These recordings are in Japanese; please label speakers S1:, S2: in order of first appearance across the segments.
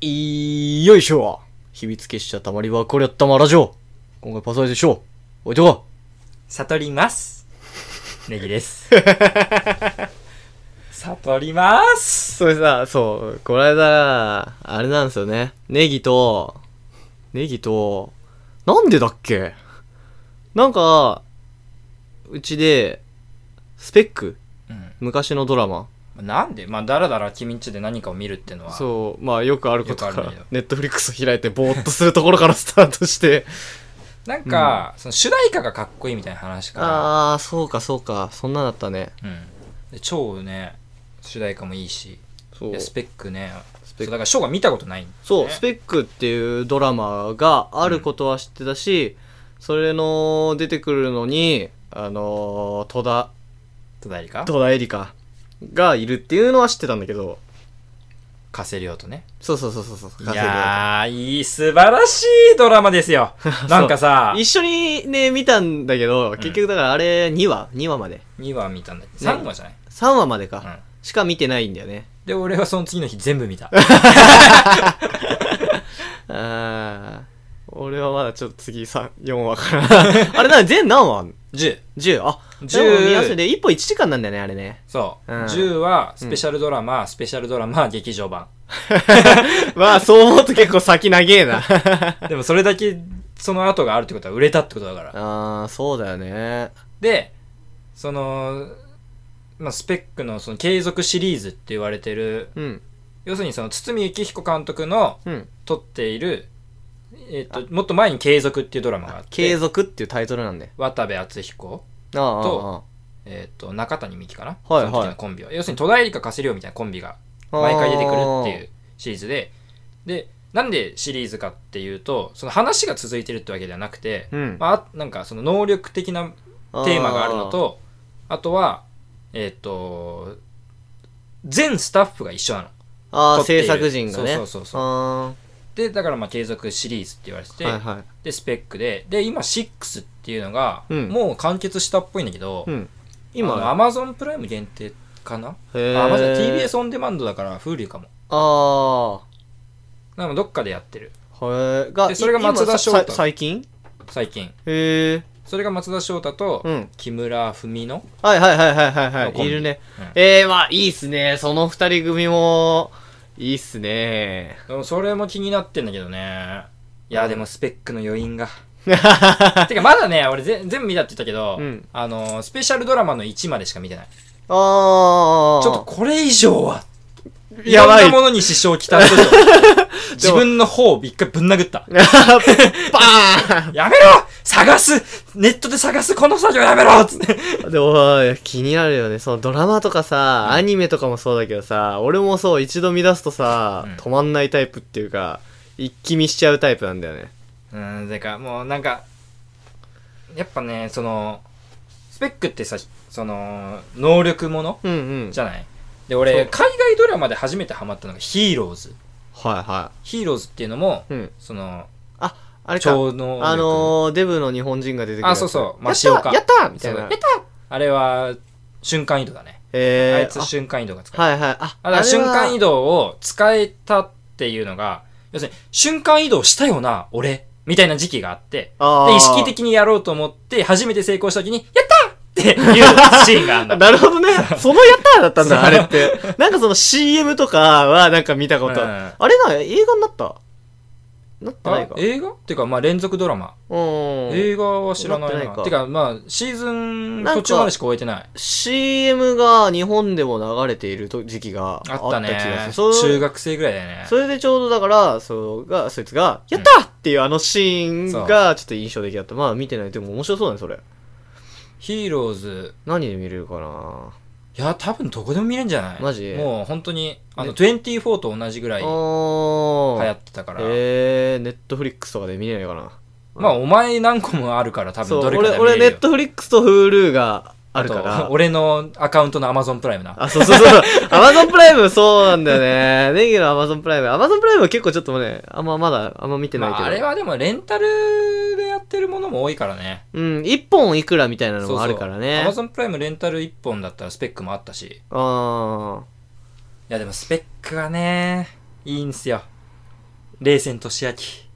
S1: いよいしょ秘密結社たまりはこれやったまラジオ今回パスワイでしょうおいとこ
S2: 悟ります。ネ ギです。悟ります。
S1: それさ、そう、この間、あれなんですよね。ネギと、ネギと、なんでだっけなんか、うちで、スペック
S2: うん
S1: 昔のドラマ。
S2: なんでまあ、だらだら君んちで何かを見るってのは。う。
S1: そう、まあよくあることか
S2: よくある
S1: ら
S2: んだよ、
S1: ネットフリックスを開いてぼーっとするところからスタートして。
S2: なんか、その主題歌がかっこいいみたいな話か
S1: あー、そうかそうか、そんなだったね。
S2: ら。うん。で超ね、主題歌もいいし。
S1: そ
S2: いうや。スペックね。
S1: スペッ
S2: そ
S1: ク
S2: うだから、ショーが見たことないんだよね。
S1: そう、スペックっていうドラマがあることは知ってたし、それの出てくるのに、あのー戸田、
S2: 戸田恵梨香
S1: 戸田恵梨香がいるっていうのは知ってたんだけど、
S2: 加瀬亮とね。
S1: そうそうそうそうそう、
S2: い
S1: 稼いで
S2: やー、いい、素晴らしいドラマです よ。なんかさ、
S1: 一緒にね、見たんだけど、結局だからあれ2話 ?2 話まで。
S2: 2話見たんだけど、3話じゃない、
S1: 3話までか、
S2: うん。
S1: しか見てないんだよね。
S2: で、俺はその次の日全部 見た。
S1: あー俺はまだちょっと次さ4話から あれな、全何話あんの
S2: 10。
S1: ?10。あ、
S2: 10
S1: 10。見やすいで、1本1時間なんだよね、あれね。
S2: そう、
S1: うん
S2: 10はスペシャルドラマ、スペシャルドラマ 劇場版
S1: まあ、そう思うと結構先長えな。
S2: でもそれだけその後があるってことは売れたってことだから
S1: あー、そうだよね。
S2: でその、まあ、スペックのその継続シリーズって言われてる
S1: うん、
S2: 要するにその堤幸彦監督の
S1: うん。
S2: 撮っている、えっともっと前に「継続」っていうドラマがあって
S1: 継続っていうタイトルなんで。
S2: 渡部篤彦、
S1: ああ、
S2: とえっと中谷美紀かな、
S1: はいはい。
S2: その時のコンビは要するに戸田恵梨香加瀬亮みたいなコンビが毎回出てくるっていううシリーズででなんでシリーズかっていうとその話が続いてるってわけではなくて、
S1: うん
S2: まあ、なんかその能力的なテーマがあるのとあとはえっ、と全スタッフが一緒なの
S1: あー、あ
S2: 撮
S1: ー
S2: って
S1: 制
S2: いる
S1: 作陣がね。
S2: そうそうそうそう
S1: あ
S2: でだからまあ継続シリーズって言われてて、
S1: ーはいはい。
S2: でスペックでで今6っていうのが、
S1: うん
S2: もう完結したっぽいんだけど、
S1: うん。
S2: 今アマゾンプライム限定かな
S1: へー
S2: あまず TBS オンデマンドだから Hulu かも
S1: あ
S2: なんかどっかでやってる
S1: ー、へえ。が、
S2: でそれが松田翔
S1: 今さ
S2: 太
S1: さ最近
S2: 最近
S1: へえ。
S2: それが松田翔太と
S1: うん
S2: 木村文乃、
S1: はいはいはいはいはい、
S2: のコ
S1: は
S2: ン
S1: い。
S2: ビ
S1: いるね。
S2: うん
S1: ええー、まあ、いいっすね。その二人組も、いいっすね。
S2: でもそれも気になってんだけどねいやでもスペックの余韻がてかまだね俺ぜ全部見たって言ったけど、
S1: うん
S2: あのースペシャルドラマの1までしか見てないち
S1: ああ。
S2: ょっとこれ以上は
S1: と
S2: いろんなものに支障をきた すと自分の方を一回ぶん殴った
S1: バー
S2: やめろ探すネットで探すこの作業やめろつって
S1: ン でも、いや気になるよね。そのドラマとかさ、アニメとかもそうだけどさ、俺もそう、一度見出すとさ、
S2: うん
S1: 止まんないタイプっていうか、一気見しちゃうタイプなんだよね。
S2: うんてかもうなんかやっぱねそのスペックってさその能力もの
S1: うんうん。
S2: じ
S1: ゃ
S2: ゃないで
S1: そ
S2: 俺
S1: う
S2: 海外ドラマで初めてハマったのがヒーローズ
S1: はいは
S2: ヒーローズっていうのも
S1: い。うん。
S2: その
S1: あ、あれか。
S2: 超能力
S1: あのー、デブの日本人が出てくるやつ。
S2: あそうそう
S1: やっ
S2: 益岡
S1: たやったみ
S2: そ
S1: た
S2: う
S1: い
S2: やっ
S1: な
S2: た。あれは瞬間移動だね、あ
S1: え
S2: い
S1: ー、あ
S2: つ瞬間移動が使える
S1: はいはい。あ、
S2: あだから瞬間移
S1: 動。
S2: 動を使えたっていうのが要するに瞬間移動したよな俺みたいな時期があって
S1: あー
S2: で意識的にやろうと思って初めて成功した時に「やった!」っていうシーンがあるんだ
S1: あ なるほ どね。そのやったーだったんだ、あれって。なんかその CM とかはなんか見たことある
S2: うん
S1: あれな、映画になったなってな
S2: あ
S1: いか。
S2: 映画っていうかまあ連続ドラマ
S1: うん。
S2: 映画は知らない
S1: な
S2: な
S1: ってないか
S2: てかまあシーズン
S1: なんか
S2: 途中までしか終えてない
S1: CM が日本でも流れていると時期が
S2: あ
S1: あ
S2: っ
S1: ったた
S2: ね
S1: 気がする。そ
S2: 中
S1: れ
S2: 学生ぐらいだよね
S1: それでちょうどだから、そうが、そいつが、やったーっていうあのシーンがちょっと印象的だった。まあ見てない。でも面白そうだね、それ。
S2: ヒーローズ
S1: 何で見れるかない
S2: や多分どこでも見れるんじゃない
S1: マジ
S2: もう本当にあの24と同じぐらい
S1: あ
S2: 流行
S1: ー。
S2: ってたから
S1: えー、ネットフリックスとかで見れないかな。
S2: まあお前何個もあるから多
S1: そ
S2: 分
S1: う、
S2: どれかで
S1: 俺、俺、
S2: 見れる
S1: ネ
S2: よ
S1: ットフリックスと Hulu があ
S2: あ
S1: る
S2: と
S1: から。
S2: 俺のアカウントの Amazon プライムな
S1: あ、そうそうそうそう。アマゾンプライムそうなんだよね。ネギのアマゾンプライム。アマゾンプライムは結構ちょっとね、あんままだ、あんま見てない
S2: ま
S1: けど。
S2: あ、あれはでもレンタルでやってるものも多いからね
S1: うん、一本いくらみたいなのもあるからね。
S2: そうそう Amazon プライムレンタル1本だったらスペックもあったしい
S1: あ
S2: やでもスペックはねいいんすよ
S1: ー
S2: 冷戦としあき。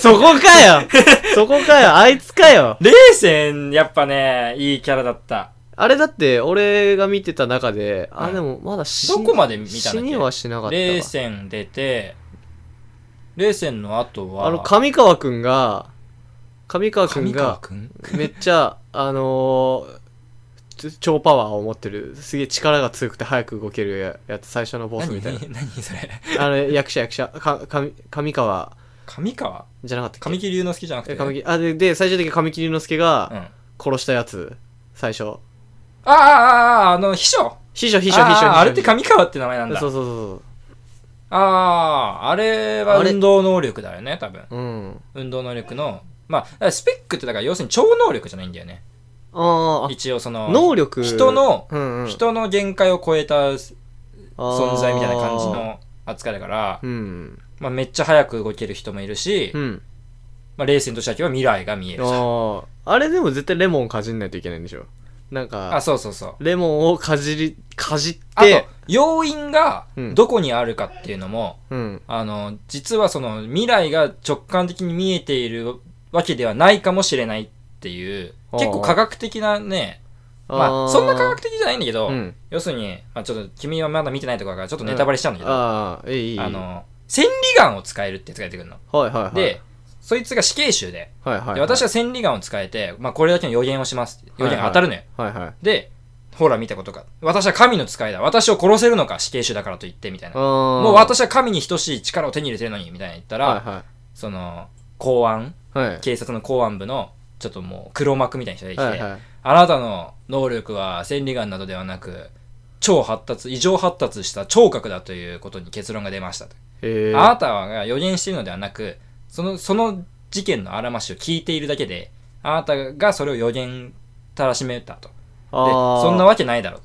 S1: そこか よそこかよあいつかよ
S2: 冷戦、やっぱね、いいキャラだった。
S1: あれだって、俺が見てた中で、あ、
S2: はい
S1: でもまだ死
S2: どこまで見たんだっけ
S1: 死にはしなかった
S2: 冷
S1: わ。
S2: 戦出て、冷戦の後は、
S1: あの、上川くんが、上川くん
S2: 上川
S1: が、
S2: くん
S1: めっちゃ、あのーち超パワーを持ってる、すげえ力が強くて早く動けるややつ、最初のボスみ
S2: 何
S1: たいな。
S2: 何 何それ
S1: あの、役者役者、か、上、上川、
S2: 上川
S1: じゃなかったっけ
S2: 神木隆之介じゃなく
S1: え
S2: て。
S1: 神木あでで最終的に神木隆之介
S2: うん。
S1: が
S2: あ
S1: 殺したやつ最初
S2: あ、ああ、あの、秘書
S1: 秘書秘
S2: 秘
S1: 書秘書秘書
S2: あれって上川って名前なんだ。
S1: そうそうそう
S2: ああ、あれは運動能力だよね、多分。
S1: そううん
S2: 運動能力の、まあだから、スペックってだから要するに超能力じゃないんだよね。
S1: あー
S2: 一応そ
S1: あ
S2: の、
S1: 能力
S2: 人の
S1: うんうん
S2: 人の限界を超えた存
S1: 存
S2: 在みたいな感じの扱いだから、
S1: うん
S2: まあ、めっちゃ早く動ける人もいるし、
S1: うん
S2: まあ、冷戦とした時は未来が見え
S1: あ
S2: るさ。
S1: ーあれでも絶対レモンかじんないといけないんでしょなん
S2: あ、
S1: か
S2: そうそうそう。
S1: レモンをかじりかじっ
S2: あと
S1: て、
S2: 要因が
S1: うん
S2: どこにあるかっていうのも、
S1: うん
S2: あの、実はその未来が直感的に見えているわけではないかもしれないっていう、
S1: あー
S2: 結構科学的なね、まあ、そんな科学的じゃないんだけど、
S1: うん
S2: 要するに、まあ、ちょっと君はまだ見てないところだからちょっとネタバレしちゃうんだけど、
S1: ああいいいい
S2: あの、千里眼を使えるってやつが出てくるの。
S1: はいはいはい
S2: で、そいつが死刑囚で、
S1: はいはいはい
S2: で私は千里眼を使えて、まあ、これだけの予言をしますって。予言が当たるのよ。
S1: はいはい
S2: で、ほら見たことか。私は神の使いだ。私を殺せるのか、死刑囚だからと言って、みたいな。も
S1: も
S2: う私は神に等しい力を手に入れてるのに、みたいな言ったら、
S1: は
S2: その、公安、
S1: いはいはい
S2: 警察の公安部の、ちょっともう黒幕みたいな人がいて、
S1: はいはい
S2: あなたの能力は千里眼などではなく、超発達、異常発達した聴覚だということに結論が出ましたと。
S1: えー
S2: あなたは予言しているのではなく、その、その事件のあらましを聞いているだけで、あなたがそれを予言たらしめたと。で、
S1: あー
S2: そんなわけないだろう。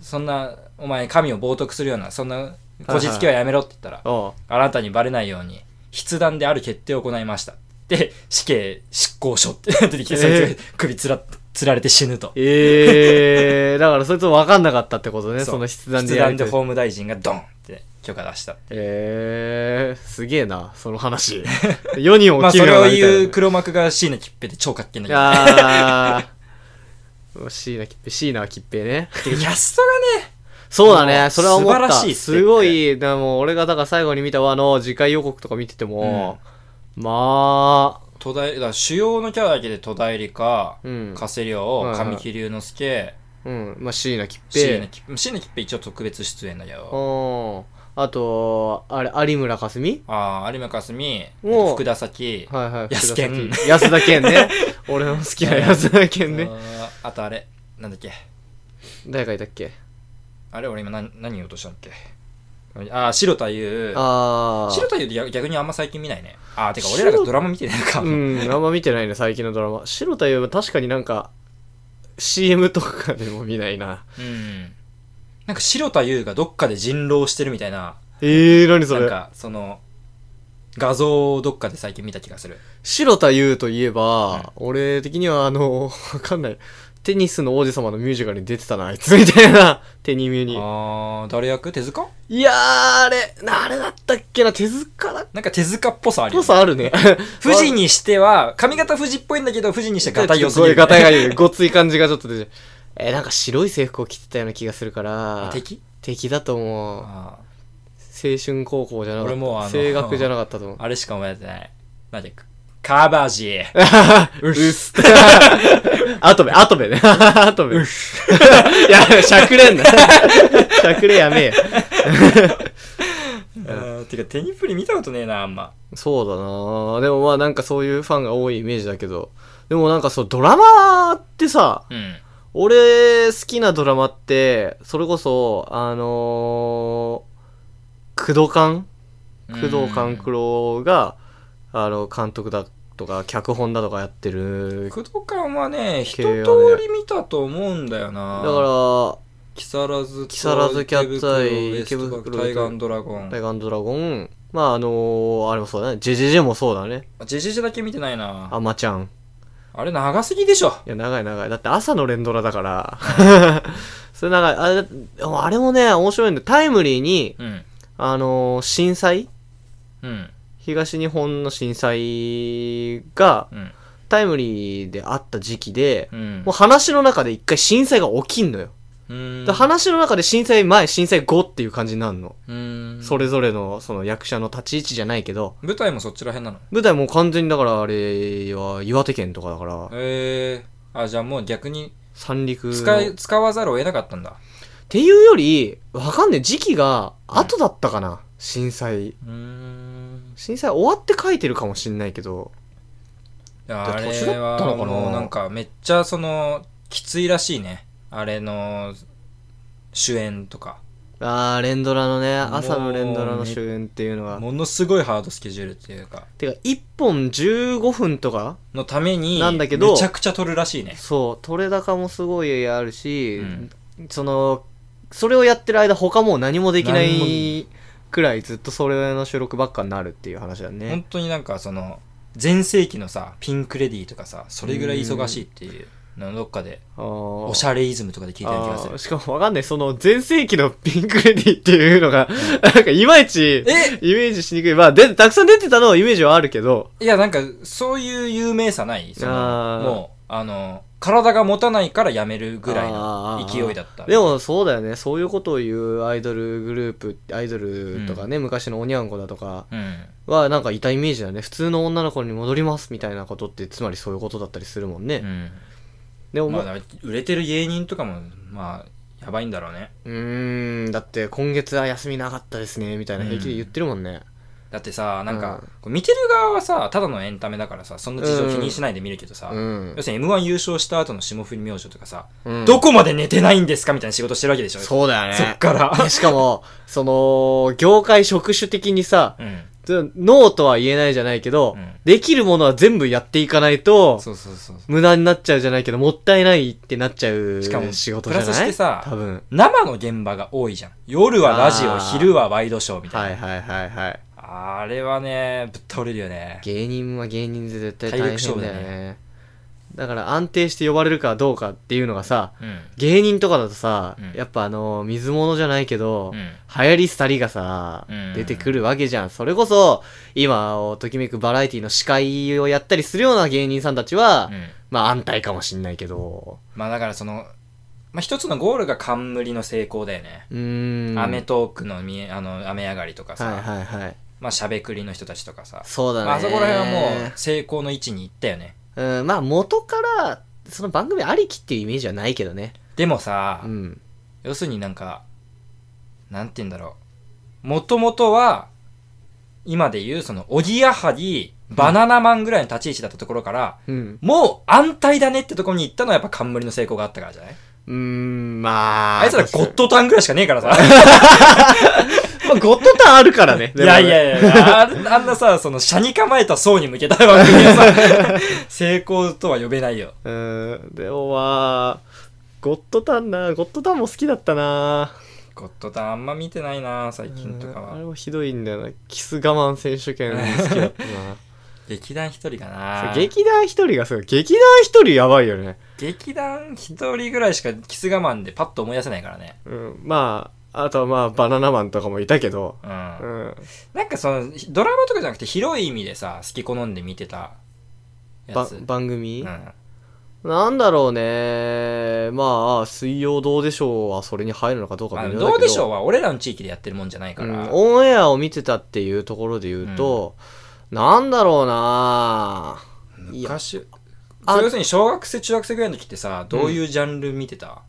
S2: そんな、お前神を冒涜するような、そんな、こじつけはやめろって言ったら、
S1: あ
S2: あなたにバレないように、筆談である決定を行いました。で、死刑執行所って出てきて、そい
S1: え
S2: つが首つら、つられて死ぬと。
S1: ええ ー、だからそいつも分かんなかったってことね、そ
S2: そう
S1: の筆談で
S2: 筆
S1: や
S2: 談
S1: り
S2: で
S1: と
S2: 法務大臣がドンって許可出した。
S1: ええー、すげえな、その話。 世に
S2: ま
S1: も
S2: あ、
S1: 奇
S2: そ
S1: 妙
S2: れ
S1: な
S2: を
S1: みたいな、
S2: 言う黒幕が椎名桔平で超かっけえんだけど。
S1: あー。 椎名桔平、椎名桔平ね。
S2: てかキャストがね、
S1: そうだ
S2: も
S1: ね、
S2: う
S1: それは思った。
S2: 素晴らしいステップ
S1: すごい、でも俺がだから最後に見たあの、次回予告とか見てても、まあ、
S2: 戸田恵だから主要のキャラだけで戸田恵梨香、
S1: うん
S2: 加瀬
S1: はい
S2: 亮、
S1: はい
S2: 神木隆之介、
S1: うん、まあ椎名桔
S2: 椎
S1: 平
S2: 名。桔平椎名桔平一応特別出演だけ
S1: う
S2: ど、
S1: ん。あと、あれ、有村架純
S2: あー有馬かすみ、
S1: もう
S2: 福田咲、
S1: はいはい。
S2: 安田健
S1: 安田健 ね。俺の好きな安田健ね。
S2: あーあとあれ、なんだっけ、
S1: 誰がいたっけ
S2: あれ俺今何何言おうとしたんだっけ。あー、白田優。
S1: あ
S2: 白
S1: ー。
S2: 田優って逆逆にあんま最近見ないね。あー、てか俺らがドラマ見てないのか。
S1: うん、あんま見てないね、最近のドラマ。白田優は確かになんか、CM とかでも見ないな。
S2: うん。なんか白田優がどっかで人狼してるみたいな、
S1: えー、何そ
S2: なん
S1: れ。
S2: かその、画像をどっかで最近見た気がする。
S1: 白田優といえば、俺的にはあの、わ かんない。テニスの王子様のミュージカルに出てたな、あいつみたい な。テニミュに。
S2: あー、誰役手塚
S1: いやー、あれ、あれだったっけな、手塚だっ
S2: なんか手塚っぽさあるよ
S1: ぽ
S2: ね。
S1: さあ るね。
S2: 富士にしては、髪型富士っぽいんだけど、富士にしてはガタイ良すぎ
S1: ごい
S2: る。
S1: ガタイがいい。ごつい感じがちょっと出て。えー、なんか白い制服を着てたような気がするから。
S2: 敵
S1: 敵だと思う。青
S2: あ
S1: 春高校じゃなか
S2: 俺もう
S1: っ
S2: あの
S1: た。声楽じゃなかったと思う。
S2: ーあれしか思い出せない。なんでカバジ
S1: うっす。 アトベ、アトベね。 アトベ。いや、しゃくれんな。 しゃくれやめえよ。
S2: ー。てか、テニプリ見たことねえな、あんま。
S1: そうだなぁでもまあなんかそういうファンが多いイメージだけど。でもなんかそう、ドラマってさ、
S2: うん。
S1: 俺好きなドラマってそれこそあのー、工藤官工藤官九郎が、あの監督だとか脚本だとかやってる
S2: 工藤館はね、一
S1: 系はね
S2: 通り見たと思うんだよ
S1: だ
S2: な。
S1: か
S2: 木更津と
S1: 木更津キャッツアイ
S2: 池袋ウエスト
S1: 池袋
S2: パークタイガードラゴ
S1: ら「
S2: ン
S1: 大。河ドラゴン」まああのー、あれもそうだね「ジェジェジェ」もそうだね
S2: ジェジェジェだけ見てな
S1: 「
S2: いな。
S1: あまちゃん」
S2: あれ長すぎでしょ。
S1: いや長い長いだって朝の連ドラだから それ長いあれでもあれもね面白いんだよタイムリーに
S2: うん。
S1: あのー震災
S2: うん
S1: 東日本の震災が
S2: うん
S1: タイムリーであった時期で、
S2: うん
S1: もう話の中で一回震災が起きんのよ。
S2: うん
S1: で話の中で震災前、震災後っていう感じになるの。
S2: うん
S1: それぞれのその役者の立ち位置じゃないけど、
S2: 舞台もそっちらへんなの
S1: 舞台もう完全にだからあれは岩手県とかだから、
S2: えー、あじゃあもう逆に
S1: 三陸の。
S2: 使い、
S1: っ
S2: 使わざるを得なかったんだ
S1: ていうより、わかんねえ。時期が後だったかな。震災。
S2: うーん
S1: 震災終わって書いてるかもしんないけど、
S2: いやあれ
S1: 年だったのかな
S2: はもうなんかめっちゃそのきついらしいねあれの主演とか
S1: あー、連ドラのね、
S2: もう
S1: 朝の連ドラの主演っていうのが。
S2: ものすごいハードスケジュールっていうか
S1: てか、1本15分とか
S2: のために
S1: なんだけど
S2: めちゃくちゃ撮るらしいね
S1: そう、取れ高もすごいあるし、
S2: うん
S1: その、それをやってる間他もう何もできな
S2: 何
S1: いくらいずっとそれの収録ばっかになるっていう話だね。
S2: 本当になんかその全盛期のさピンク・レディーとかさそれぐらい忙しいっていうのどっかで
S1: お
S2: おしゃれイズムとかで聞いたような気がする
S1: しかもわかんない、その全盛期のピンクレディっていうのが、なんかいまいち、
S2: え
S1: イメージしにくい。まあ、で、たくさん出てたのはイメージはあるけど、
S2: いやなんかそういう有名さないその
S1: あー
S2: もうあの体が持たないからやめるぐらい
S1: あ
S2: の
S1: ー
S2: 勢いだった
S1: でもそうだよね、そういうことを言うアイドルグループ、アイドルとかね、昔のおにゃんこだとか
S2: うん
S1: はなんかいたイメージだね。普通の女の子に戻りますみたいなことって、つまりそういうことだったりするもんね。
S2: うん
S1: でも、
S2: ま
S1: ま
S2: あ、だから売れてる芸人とかもまあやばいんだろうね
S1: うーん、だって今月は休みなかったですね、みたいな平気で言ってるもんね。
S2: だってさなんか
S1: うん、
S2: こう見てる側はさただのエンタメだからさそんな事情気にしないで見るけどさ、
S1: うん
S2: 要。するに m 1優勝した後の霜降り明星とかさ、
S1: うん
S2: どこまで寝てないんですかみたいな仕事してるわけでしょ
S1: そうだよね。
S2: そっから
S1: でしかも、その、業界職種的にさ、
S2: うん
S1: ずノーとは言えないじゃないけど、
S2: うん
S1: できるものは全部やっていかないと、
S2: そうそうそう
S1: 無駄になっちゃうじゃないけど、もったいないってなっちゃう
S2: しかも
S1: 仕事じゃない
S2: プラスしてさ
S1: 多分。
S2: 生の現場が多いじゃん夜はラジオ
S1: あー
S2: 昼はワイドショーみたいな、
S1: はいはいはいはい。
S2: あれはねぶっ倒れるよね
S1: 芸人は芸人で絶対
S2: 体
S1: 大
S2: 力勝
S1: 変
S2: 負
S1: だ
S2: だ
S1: よ
S2: ね
S1: ね。だから安定して呼ばれるかどうかっていうのがさ、
S2: うん
S1: 芸人とかだとさ、
S2: うん
S1: やっぱあの、水物じゃないけど、
S2: うん
S1: 流行り廃りがさ、
S2: うん
S1: 出てくるわけじゃん。それこそ、今をときめくバラエティの司会をやったりするような芸人さんたちは、
S2: うん
S1: まあ安泰かもしんないけど、
S2: まあだからその、まあ、一つのゴールが冠の成功だよね
S1: うーん。
S2: アメトークのみあの雨上がりとかさ、
S1: はいはいはい。
S2: まあしゃべくりの人たちとかさ、
S1: そうだね。
S2: まああそこら辺はもう成功の位置に行ったよね
S1: う、ん、まあ元から、その番組ありきっていうイメージはないけどね。
S2: でもさ、
S1: うん。
S2: 要するになんかなんて言うんだろうもともとは今で言うそのおぎやはぎバナナマンぐらいの立ち位置だったところから、
S1: うん。
S2: もう安泰だねってところに行ったのはやっぱ冠の成功があったからじゃないう
S1: ーん、まあ。
S2: あいつらゴッドタンぐらいしかねえからさ
S1: まあゴッドタンあるからね。
S2: いやい
S1: でもね。
S2: やいやあんあんなさその車に構えた層に向けた番組は さ成功とは呼べないよ
S1: うーん、でもまあ、ゴッドタンな、ゴッドタンも好きだったな。
S2: ゴッドタンあんま見てないな最近とか
S1: うんあれ
S2: は
S1: もひどいんだよなキス我慢選手権好きだった
S2: 劇団一人か
S1: な
S2: な
S1: そう劇団一人がすごい劇団一人やばいよね、
S2: 劇団一人ぐらいしかキス我慢でパッと思い出せないからね
S1: うん、まああとはまあバナナマンとかもいたけど
S2: うん、
S1: うん
S2: なんかそのドラマとかじゃなくて広い意味でさ好き好んで見てたや
S1: ば
S2: つ
S1: 番組、
S2: うん
S1: なんだろうねまあ「水曜どうでしょう」はそれに入るのかどうか
S2: あ
S1: 微妙
S2: の
S1: だけど
S2: どうでしょうは俺らの地域でやってるもんじゃないか
S1: う
S2: ら、
S1: ん、オンエアを見てたっていうところで言うと、なんだろうなや
S2: 昔
S1: あ
S2: そう要するに小学生中学生ぐらいの時ってさどういうジャンル見てた、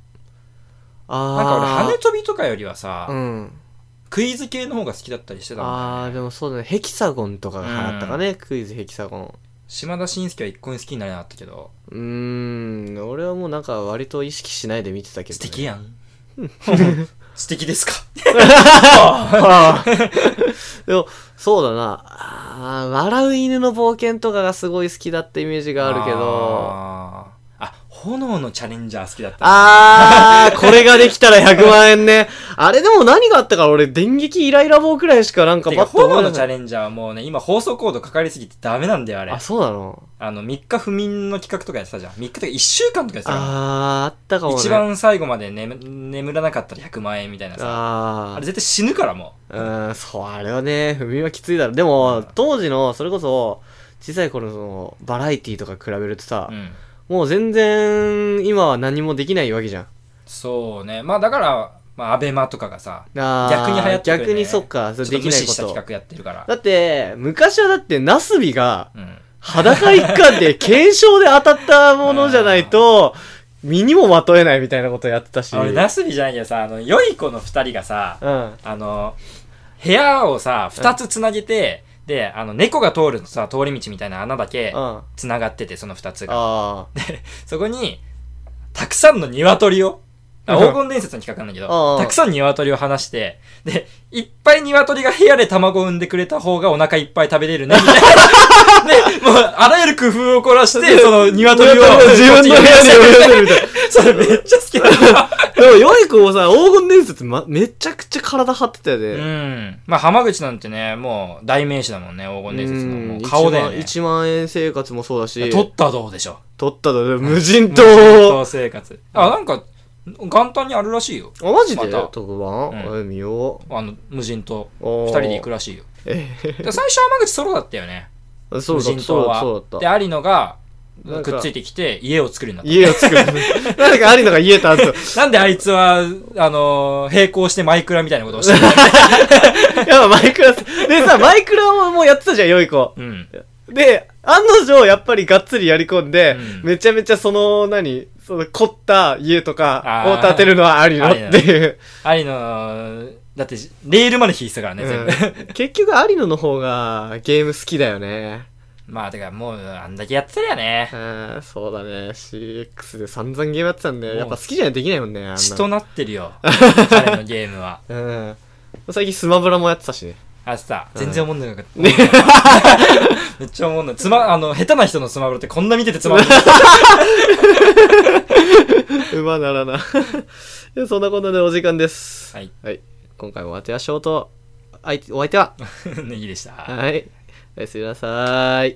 S1: あー
S2: なんか俺羽飛びとかよりはさ、
S1: うん
S2: クイズ系の方が好きだったりしてたもん
S1: あ
S2: ね
S1: あでもそうだねヘキサゴンとかが流行ったかね、クイズヘキサゴン
S2: 島田紳助は一向に好きになれなかったけど
S1: うーん俺はもうなんか割と意識しないで見てたけど、
S2: 素
S1: ね、
S2: 敵やん 素敵ですか
S1: あ ーでもそうだなあー笑う犬の冒険とかがすごい好きだってイメージがあるけど
S2: あーあ炎のチャレンジャー好きだった。
S1: あー、これができた ら100万円ね。あれでも何があったか俺、電撃イライラ棒くらいしかなんか
S2: てか、
S1: バッと思
S2: 炎
S1: い
S2: の
S1: な
S2: チャ
S1: かっ
S2: レンジャーはもうね、今放送コードかかりすぎてダメなんだよ、あれ。
S1: た。あ、
S2: あ
S1: そうなの
S2: の、3日不眠の企画とかやってたじゃん。3日とか1週間とかやってたか。
S1: あー、あったからもね。
S2: 一番最後まで眠眠らなかったら100万円みたいなさ。あ
S1: あ
S2: れ絶対死ぬからもう。
S1: ー。うん、そう、あれはね、踏みはきついだろ。でも、当時の、それこそ、小さい頃のその、バラエティとか比べるとさ
S2: う、ん。
S1: もう全然、今は何もできないわけじゃん。
S2: そうね。まあだから、まあ、アベマとかがさ、
S1: あー
S2: 逆に流行ってくる、ね、
S1: 逆にそっか、
S2: ちょ
S1: それ
S2: っと
S1: でき
S2: 無
S1: ない
S2: 視
S1: こ
S2: した
S1: と。
S2: 企画やってるから。
S1: だって、昔はだって、ナスビが、
S2: うん。
S1: 裸一貫で検証で当たったものじゃないと、 身にもまとえないみたいなことやってたし。
S2: あ俺、ナスビじゃないけどさ、あの、良い子の二人がさ、
S1: うん。
S2: あの、部屋をさ、二つつなげて、で、あの、猫が通るさ、通り道みたいな穴だけ
S1: うん。、あ
S2: つながってて、その二つが。
S1: あー。
S2: そこに、たくさんの鶏を、あ
S1: うん
S2: 黄金伝説の企画なんだ
S1: う
S2: け
S1: んう
S2: ど、
S1: ん
S2: たくさん鶏を放して、で、いっぱい鶏が部屋で卵を産んでくれた方がお腹いっぱい食べれるね、みたい な。で、もう、あらゆる工夫を凝らして、その鶏を、
S1: 自分の部屋に呼び寄せるみたいな。
S2: それめっちゃ好きなんだ。
S1: でも、ヨイコもさ、黄金伝説、ま、めちゃくちゃ体張ってたよね。
S2: うん。まあ、浜口なんてね、もう代名詞だもんね、黄金伝説の。もう顔だよね。
S1: 1万円生活もそうだし、
S2: 取ったどうでしょ
S1: 取っただね、無人
S2: う。
S1: 島。
S2: 闘生活。あ、なんか、元旦にあるらしいよ。
S1: あ、マジで、
S2: また
S1: 特番、
S2: うん
S1: え見よ
S2: あの、無人島。
S1: う。二
S2: 二人で行くらしいよ。で最初浜口ソロだったよね。
S1: ら。そう
S2: 無
S1: だ、そう
S2: 人
S1: だ、
S2: 島
S1: そう
S2: は
S1: だ。っ
S2: で、
S1: た。
S2: 有野が、
S1: なんか
S2: くっついてきて、家を作るんだっ
S1: 家を作る。 なんか、ありのが家とあと。
S2: た。なんであいつは、あのー、並行してマイクラみたいなことをして る
S1: いや、マイクラさ、でさ、マイクラもやってたじゃん、良い子。
S2: うん。
S1: で、案の定、やっぱりがっつりやり込んで、
S2: うん
S1: めちゃめちゃその、何、その凝った家とか
S2: あー
S1: を建てるのはありのっていう。
S2: 有野、だって、レールまで引いてたからね、全部。
S1: うん結局、アリノの方がゲーム好きだよね。
S2: まあ、てか、もう、あんだけやってたらね。
S1: うん、そうだね。CX で散々ゲームやってたん
S2: も
S1: で、
S2: う
S1: やっぱ好きじゃないとできないもんね。あんなの
S2: 血となって るよ。彼のゲームは。
S1: うん。最近スマブラもやってたしね。
S2: あさ、
S1: うん
S2: 全然思んなかった。 めっちゃ思んない。つま、あの、下手な人のスマブラってこんな見ててつまんない。
S1: 馬ならな。 でそんなことでお時間です。
S2: はい。
S1: はい。今回もお相手はショート。あいお相手は、
S2: ネギでした。
S1: はい。おやすみなさい。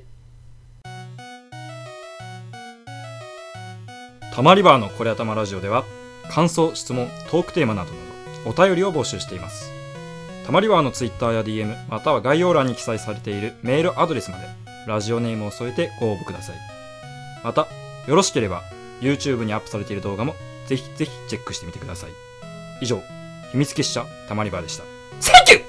S2: たまリバーのこれ頭ラジオでは感想質問トークテーマなどなどお便りを募集していますたまリバーのツイッターや DM または概要欄に記載されているメールアドレスまでラジオネームを添えてご応募くださいまたよろしければ YouTube にアップされている動画もぜひぜひチェックしてみてください以上秘密結社たまリバーでした Thank you!